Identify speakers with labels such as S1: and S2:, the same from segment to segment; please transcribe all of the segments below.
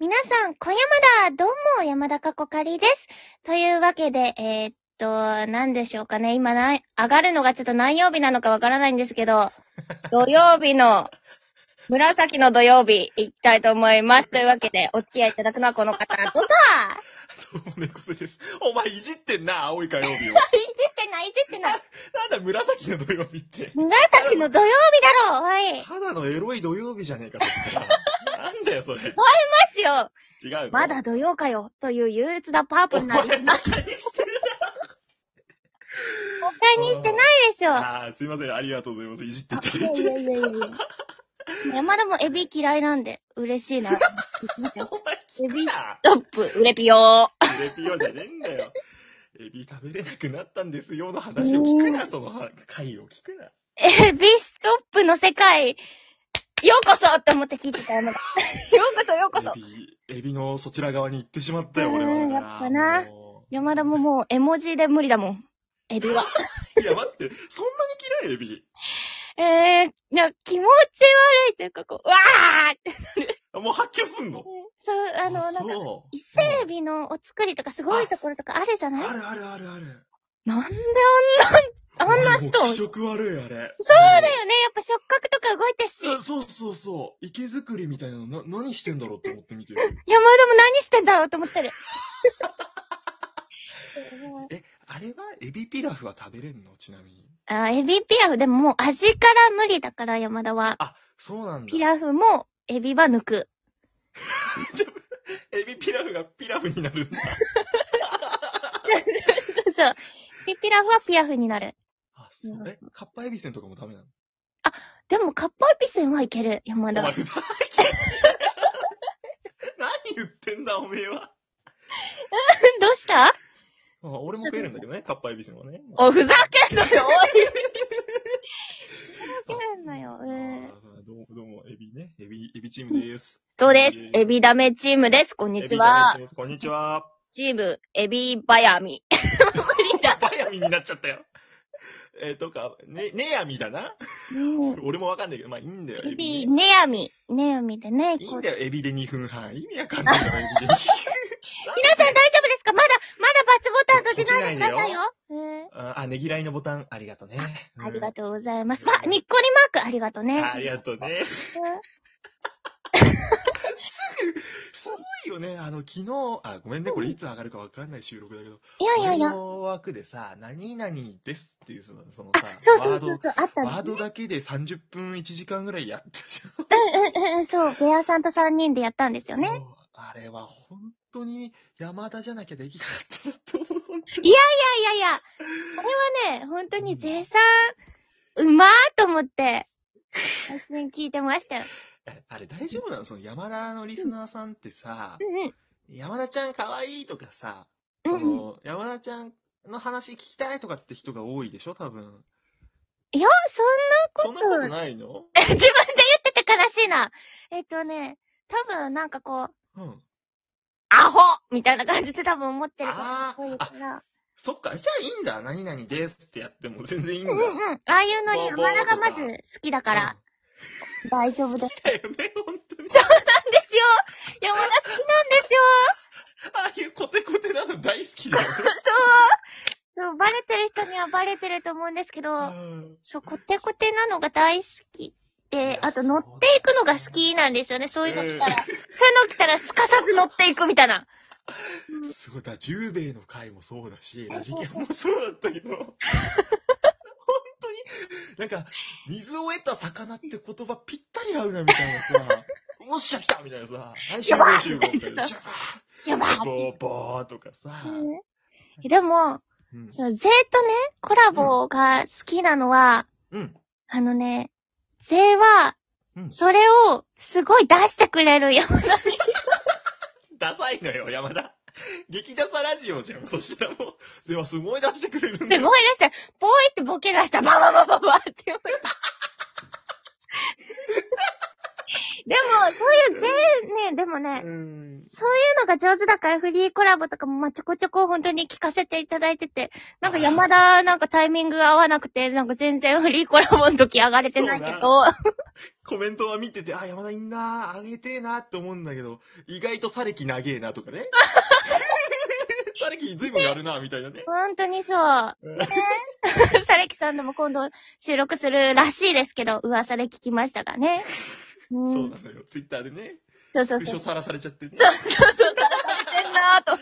S1: 皆さん、小山だどうも、山田かこかりです。というわけで、えーっと、なんでしょうかね。今な、上がるのがちょっと何曜日なのかわからないんですけ ど、土曜日の、紫の土曜日、行きたいと思います。というわけで、お付き合いいただくのはこの方、どうぞ
S2: どうも猫背です。 お前いじってんな、青い火曜日を。
S1: いじってない、いじってない。
S2: なんだ、紫の土曜日って。
S1: 紫の土曜日だろはい。いま
S2: ただのエロい土曜日じゃねえか、そしたら。 なんだよ、それ。
S1: すよ
S2: 違うの
S1: まだ土曜かよという憂鬱なパープ
S2: お
S1: ルな
S2: 前
S1: る。
S2: 何してる
S1: 誤解にしてないでしょ
S2: ああ、すいません、ありがとうございます。いじっていた
S1: いや
S2: だい
S1: い
S2: て。
S1: やいやいや。山田もエビ嫌いなんで、嬉しい な。
S2: お前聞くな。
S1: トップ、売れピヨー。
S2: エレピオじゃねえん だよ。エビ食べれなくなったんですよの話を聞くな、その回を聞くな。
S1: エビストップの世界、ようこそって思って聞いてた山田。 ようこそようこそ
S2: エ。ビ、エビのそちら側に行ってしまったよ、俺は。
S1: うん
S2: だか
S1: やっ
S2: ら
S1: ぱな
S2: もう
S1: 山田ももう絵文字で無理だもん。エビは。
S2: いや、待って、そんなに嫌いエビ。
S1: えー、いや、気持ち悪いというか、こう、うわーって。
S2: もう発狂すんの
S1: そう、あの、なんか、
S2: そう
S1: 伊勢エビのお作りとかすごいところとかあるじゃない
S2: あるあるあるある。
S1: なんであんな、あんな
S2: あ
S1: と。
S2: ん
S1: そ
S2: な
S1: う
S2: 気色悪い、あれ。
S1: だよね。やっぱ触覚とか動いてるし。
S2: うんそうそうそう。池作りみたいなの、な、何してんだろうって思って見て る。
S1: 山田も何してんだろうと思ってる。
S2: え、あれはエビピラフは食べれんのちなみに。
S1: あ、エビピラフ、でももう味から無理だから、山田は。
S2: あ、そうなんだ。
S1: ピラフも、エビは抜く。
S2: エビピラフがピラフになるんだ。
S1: そう。エビピラフはピラフになる。
S2: あ、そう。え、カッパエビせんとかもダメなの
S1: でも、カッパエビセンはいける、山
S2: お前
S1: 田。
S2: ふざけんな 何言ってんだ、おめえは。
S1: どうした
S2: あ俺も食えるんだ けどね、カッパエビせんはね。
S1: お、ふざけんなよ、おい。
S2: あ、
S1: けんなよ
S2: あ
S1: うん
S2: ーどうも、どうも、エビね。エビ、エビチームです。
S1: そうです。エビダメチームです。こん
S2: エ
S1: に
S2: ビ
S1: ち
S2: ダメ
S1: は
S2: チー。ムです。こんにちは。
S1: チーム、エビバヤ ミ。無理だ。
S2: バヤミになっちゃったよ。 えー、とか、ね、ねやみだな。俺もわかんないけど、まあいいんだよ。
S1: エビ、
S2: ね。
S1: ネアミ。ネアミでね、
S2: いい
S1: こ
S2: ん
S1: う
S2: だよ、エビで2分半。意味わかんないよ、エビで2分
S1: 皆さん大丈夫ですかまだ、まだバツボタン閉じないでくださいよ。
S2: 半。あ、ねぎらいのボタン、ありがとうね。
S1: うんありが
S2: と
S1: とうございます。わ、にっこりマーク、ありがとうね。
S2: ありがとう
S1: う
S2: ね。
S1: ん。
S2: すごいよね。あの、昨日、あ、ごめんね、これいつ上がるかわかんない収録だけど、
S1: いやいやいや
S2: こ。の枠でさ、何々ですっていう、そのその
S1: あ
S2: さ、、
S1: そうそう
S2: ワー
S1: そう
S2: ド、
S1: そう、あった
S2: ワー
S1: の。
S2: ドだけで30分1時間ぐらいやったじゃん。
S1: うんうんうん、そう、ベアさんと3人でやったんですよね。
S2: そう。あれは本当に山田じゃなきゃできなかったなと思う。
S1: いやいやいや、これはね、本当に絶賛、うまーと思って、配信聞いてましたよ。
S2: えあれ大丈夫なのその山田のリスナーさんってさ、
S1: うん
S2: 山田ちゃん可愛いとかさ、
S1: うん。
S2: そ
S1: うんうん。
S2: の山田ちゃんの話聞きたいとかって人が多いでしょ多分。
S1: いや、そん
S2: そんなことないの
S1: な、自分で言ってて悲しいな。えっとね、多分なんかこう、
S2: うん。
S1: アホみたいな感じで多分思ってる
S2: あ
S1: 方
S2: ー
S1: が多いから。
S2: そっか、じゃあいいんだ。何々ですってやっても全然いいん
S1: う
S2: だ。
S1: んうん。ああいうのに
S2: ボーボー
S1: 山田がまず好きだから、大丈
S2: う
S1: 夫
S2: ん。
S1: で
S2: 好
S1: す。
S2: きだよね、本当
S1: なんで
S2: に。
S1: すよ山田好きなんですよ
S2: ああいうコテコテなの大好きだよね。
S1: そうそう、バレてる人にはバレてると思うんですけど、
S2: うん
S1: そう、コテコテなのが大好き
S2: い
S1: で
S2: や、
S1: あと乗っていくのが好きなんですよね、そういうの来たら。
S2: うん
S1: そういうの来たらすかさず乗っていくみたいな。
S2: すごい、だから十兵衛の回もそうだし、ラジキャンもそうだったけど。本当に、なんか、水を得た魚って言葉ぴったり合うな、みたいなさ。おっしゃ来たみたいなさ。はい、集合集合みたいな。ジャ
S1: シュバ
S2: バー
S1: ー
S2: ボーボーとかさ。
S1: うんでも、
S2: うん。
S1: そう、ゼとね、コラボが好きなのは、
S2: うん。
S1: あのね、税は
S2: う、ん
S1: それを、すごい出してくれる山田。
S2: ダサいのよ、山田。激ダサラジオじゃん。そしたらもう、ゼはすごい出してくれるんだ
S1: す
S2: よ。
S1: ごい出して、ポイってボケ出した、バババババって。でも、そういう全、ね、でもね、
S2: うん。
S1: そういうのが上手だからフリーコラボとかも、まあ、ちょこちょこ本当に聞かせていただいてて、なんか山田なんかタイミング合わなくて、なんか全然フリーコラボの時上がれてないけど、
S2: コメントは見てて、あ、山田いんなあげてえなって思うんだけど、意外とサレキ長えなと かね。サレキ随分やるなみたいなね。
S1: 本当にそう。サレキさんでも今度収録するらしいですけど、噂で聞きましたがね。うん
S2: そうなのよ。ツイッターでね。
S1: そうそう
S2: スクシ
S1: そ
S2: ョ
S1: う。
S2: さらされちゃってね。
S1: そうそうそう、さらされてんなぁと。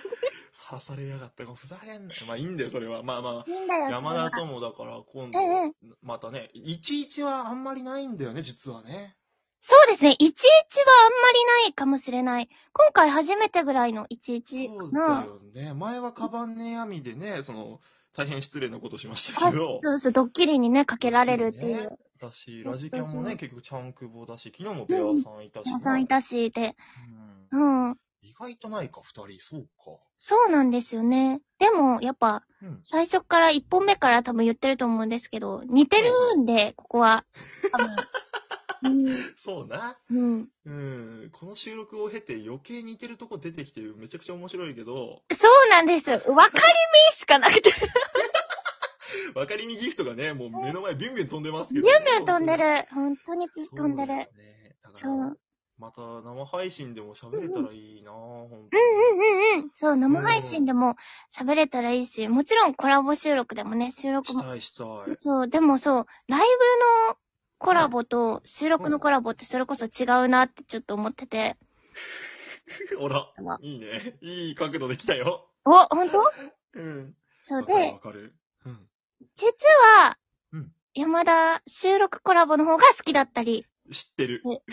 S2: さらされやがった。ふざけんなよ。まあいいんだよ、それは。まあま
S1: いいんだよ。
S2: あ。山田ともだから、今度
S1: ええ、
S2: またね、11はあんまりないんだよね、実はね。
S1: そうですね。いちいちはあんまりないかもしれない。今回初めてぐらいのいちいち
S2: そうだ
S1: な。
S2: よね。前はカバンネ闇でね、その、大変失礼なことしました
S1: あ
S2: けど。
S1: そうそう、ドッキリにね、かけられるってい
S2: ね
S1: う。
S2: だし、ラジキャンもね、結局ちゃんくぼだし、昨日もベアさんいたし、
S1: 皆さんいたし、で。
S2: う
S1: う
S2: ん
S1: ん。
S2: 意外とないか、二人。そうか。
S1: そうなんですよね。でも、やっぱ、
S2: うん。
S1: 最初から一本目から多分言ってると思うんですけど、似てるんで、ここは。多分
S2: そうな。
S1: うん。うん。
S2: うん。この収録を経て余計似てるとこ出てきて、めちゃくちゃ面白いけど、
S1: そうなんです。わかりみしかなくて。
S2: わかりみギフトがね、もう目の前ビュンビュン飛んでます
S1: ビ
S2: け
S1: ュン
S2: ど、
S1: ビュン飛んで。る。本当に飛んでる。。
S2: そ
S1: そうう
S2: だよね。だからまた生配信でも喋れたらいいなぁ、ほん
S1: う
S2: と
S1: んうんうん。そう、生配信でも喋れたらいいし、もちろんコラボ収録でもね、収録
S2: し
S1: も。
S2: たいしたい。
S1: そう、でもそう、ライブのコラボと収録のコラボってそれこそ違うなってちょっと思ってて。
S2: ほら
S1: うわ、
S2: いいね。いい角度できたよ。
S1: お、本当
S2: うん。
S1: そう
S2: わかる
S1: で
S2: わ、かる。うん。
S1: 実は
S2: うん、
S1: 山田収録コラボの方が好きだったり。
S2: 知ってる
S1: お。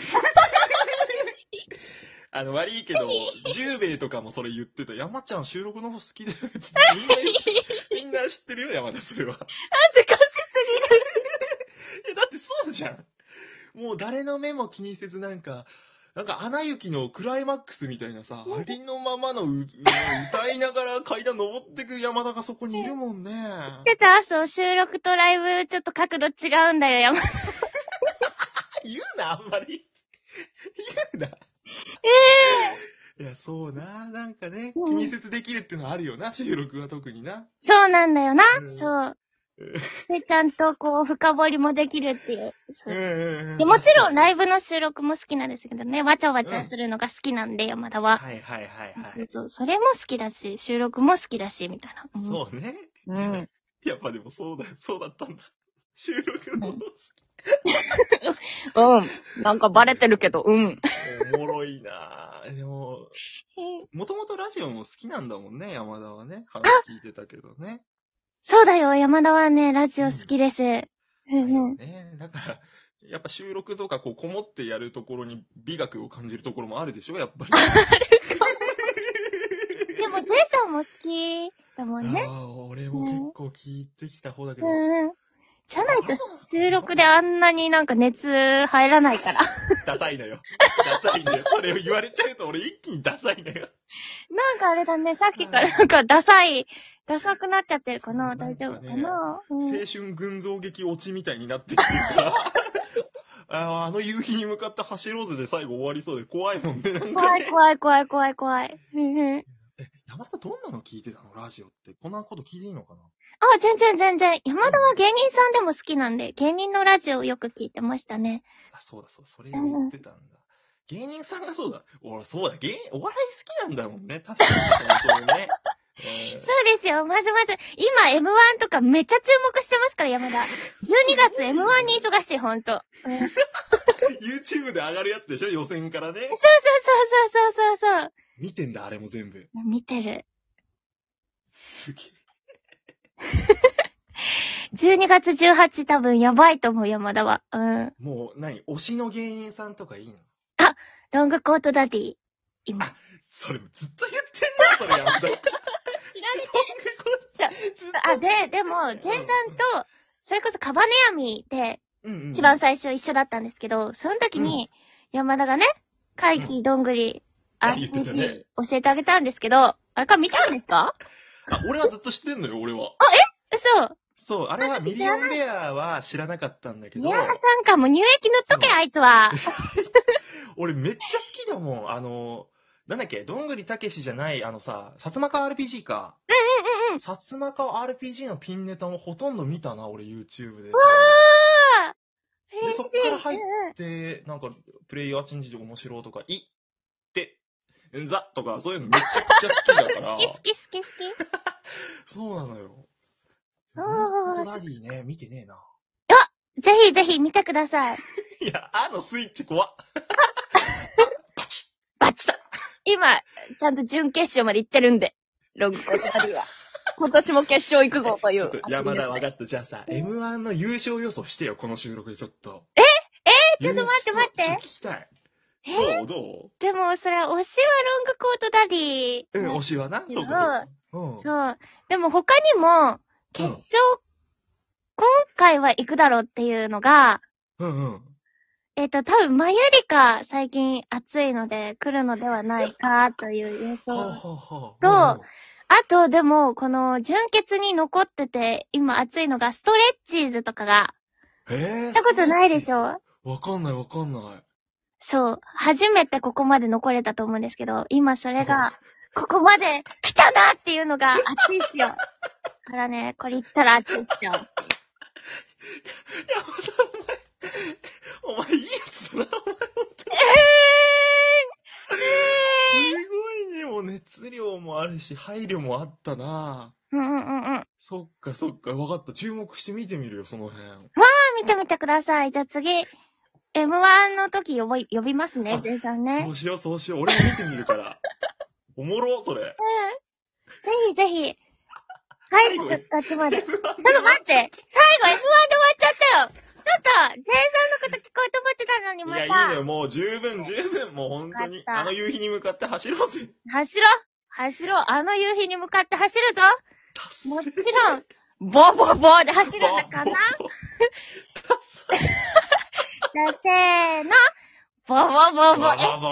S2: あの、悪いけど、十兵衛とかもそれ言ってた。山ちゃん収録の方好きだよねってみんな言って、みんな知ってるよ、山田、それは。
S1: 恥ずかしすぎる。
S2: え、だってそうじゃん。もう誰の目も気にせずなんか、なんか、穴雪のクライマックスみたいなさ、ありのままのう、う歌いながら階段登ってく山田がそこにいるもんね。
S1: ってた、そう、収録とライブちょっと角度違うんだよ、山田。
S2: 言うな、あんまり。言うな。ええいや、そうな。なんかね、
S1: うん
S2: 気にせずできるっていうのはあるよな、収録は特にな。
S1: そうなんだよな
S2: う、ん
S1: そう
S2: うん。
S1: で、ちゃんとこう、深掘りもできるっていう。そう
S2: うんうんうん
S1: でもちろんライブの収録も好きなんですけどね、わちゃわちゃするのが好きなんで、山田は。
S2: はいはいはいはい。
S1: そう、それも好きだし、収録も好きだし、みたいな。うん
S2: そうね。
S1: うん。
S2: やっぱでもそうだ、そうだったんだ。収録の。
S1: うん。なんかバレてるけど、うん。
S2: おもろいなぁ。でも、もともとラジオも好きなんだもんね、山田はね。話聞いてたけどね。
S1: そうだよ、山田はね、ラジオ好きです。うんうん。
S2: ねだから、やっぱ収録とかこうこもってやるところに美学を感じるところもあるでしょ、やっぱり。
S1: でも、ジェイさんも好きだもんね。
S2: ああ、俺も結構聞いてきた方だけど。
S1: うんうん。じゃないと収録であんなになんか熱入ら ないから。
S2: ダサいのよ。ダサいのよ。それを言われちゃうと俺一気にダサいのよ。
S1: なんかあれだね、さっきからなんかダサい、ダサくなっちゃってるかな
S2: そう
S1: 大丈夫か
S2: な
S1: なうん
S2: 青春群像劇落ちみたいになってきてさ。 あーあの夕日に向かって走ろうぜで最後終わりそうで怖いもんね。なんか
S1: 怖い怖い怖い怖い怖い。うんうん
S2: 山田どんなの聞いてたのラジオって。こんなこと聞いていいのかな
S1: あ、全然全然。山田は芸人さんでも好きなんで、芸人のラジオをよく聞いてましたね。
S2: あ、そうだそう、それを言ってたんだ。芸人さんがそうだ。俺、そうだ、芸人、お笑い好きなんだもんね。確かに、本当にね。えー
S1: そうですよ、まずまず。今 M1 とかめっちゃ注目してますから、山田。12月 M1 に忙しい、ほんと。うんそう
S2: YouTube で上がるやつでしょ予選からね。
S1: そうそうそうそうそう。
S2: 見てんだ、あれも全部。
S1: 見てる。
S2: すげえ。
S1: 12月18多分やばいと思う、山田は。うん。
S2: もう、何推しの芸人さんとかいいの
S1: ロングコートダディ、今。
S2: それ、ずっと言ってんな、それ、やんだ。
S1: 知ら ね
S2: じ
S1: じゃ
S2: ずっと
S1: あ、で、でも、ジェイさんと、それこそカバネアミで、
S2: うんうん
S1: 一番最初一緒だったんですけど、その時に、山田がね、怪奇どんぐり、
S2: うん
S1: あ、
S2: 言ってたね
S1: RPG 教えてあげたんですけど、あれから見たんですか
S2: あ、俺はずっと知ってんのよ、俺は。
S1: 嘘。
S2: そう、あれはミリオンベアは知らなかったんだけど。
S1: 宮原さんか、もう乳液塗っとけ、
S2: そう
S1: あいつは。
S2: 俺めっちゃ好きだもん。あの、なんだっけ、どんぐりたけしじゃない、あのさ、薩摩川 RPG か。
S1: うんうん。
S2: 薩摩川 RPG のピンネタもほとんど見たな、俺 YouTube で。
S1: ああ
S2: でそっから入っ
S1: うんうん
S2: で、なんか、プレイヤーチェンジとか面白いとか、いって、ザとか、そういうのめちゃくちゃ好きだか ら。
S1: 好き好き好き好き。
S2: そうなのよ。
S1: あー
S2: ホントラリーね、見てねえな。
S1: ぜひぜひ見てください。
S2: いや、あのスイッチ怖っ。
S1: バチッ今、ちゃんと準決勝まで行ってるんで、ロングコートダディ は。今年も決勝行くぞとい
S2: ちょ
S1: う
S2: っ。と、山田分
S1: が
S2: かった。じゃあさ、M1 の優勝予想してよ、この収録でちょっと。
S1: え
S2: え
S1: ちょっと待って待って
S2: 聞きたい。
S1: え
S2: どうど
S1: でも、それは推しはロングコートダディ。
S2: ううん、推しはな。そうか、そうか。うん。
S1: そう。でも他にも、決勝、今回は行くだろうっていうのが、
S2: うんうん。
S1: えっ、と、多分、マユリカ最近暑いので来るのではないかという予
S2: は
S1: 想。
S2: あ、はあ、
S1: と
S2: はあ。
S1: あと、でも、この、純潔に残ってて、今暑いのが、ストレッチーズとかが、
S2: ええ
S1: 行ったことないでしょ
S2: わかんないわかんない。
S1: そう。初めてここまで残れたと思うんですけど、今それが、ここまで来たなっていうのが熱いっすよ。だからね、これ言ったら熱いっすよ。
S2: いや、お前、お前いいやつだな、お前。すごいね、もう熱量もあるし、配慮もあったな。
S1: うんうんうんうん。
S2: そっかそっか、わかった。注目して見てみるよ、その辺。
S1: 見てみてください。じゃあ次、M1 の時呼び、呼びますね
S2: あ、
S1: デイさんね
S2: そ。うしよう、そうしよう。俺も見てみるから。おもろ、それ。
S1: ぜひぜひ。はい、
S2: 後
S1: 僕たちまで。ちょっと待って最後 M1 で終わっちゃったよちょっと、J さんのこと聞こうと思ってたのに、
S2: い
S1: ま
S2: や、いい
S1: た。
S2: のよ、もう十分、十分、もう本当に
S1: よ。かった
S2: あの夕日に向かって走ろうぜ。
S1: 走ろう走ろうあの夕日に向かって走るぞ
S2: 達
S1: もちろん、 ボーボーボーで走るのかなじゃあせーの、ボーボーボーボー、え
S2: わわわ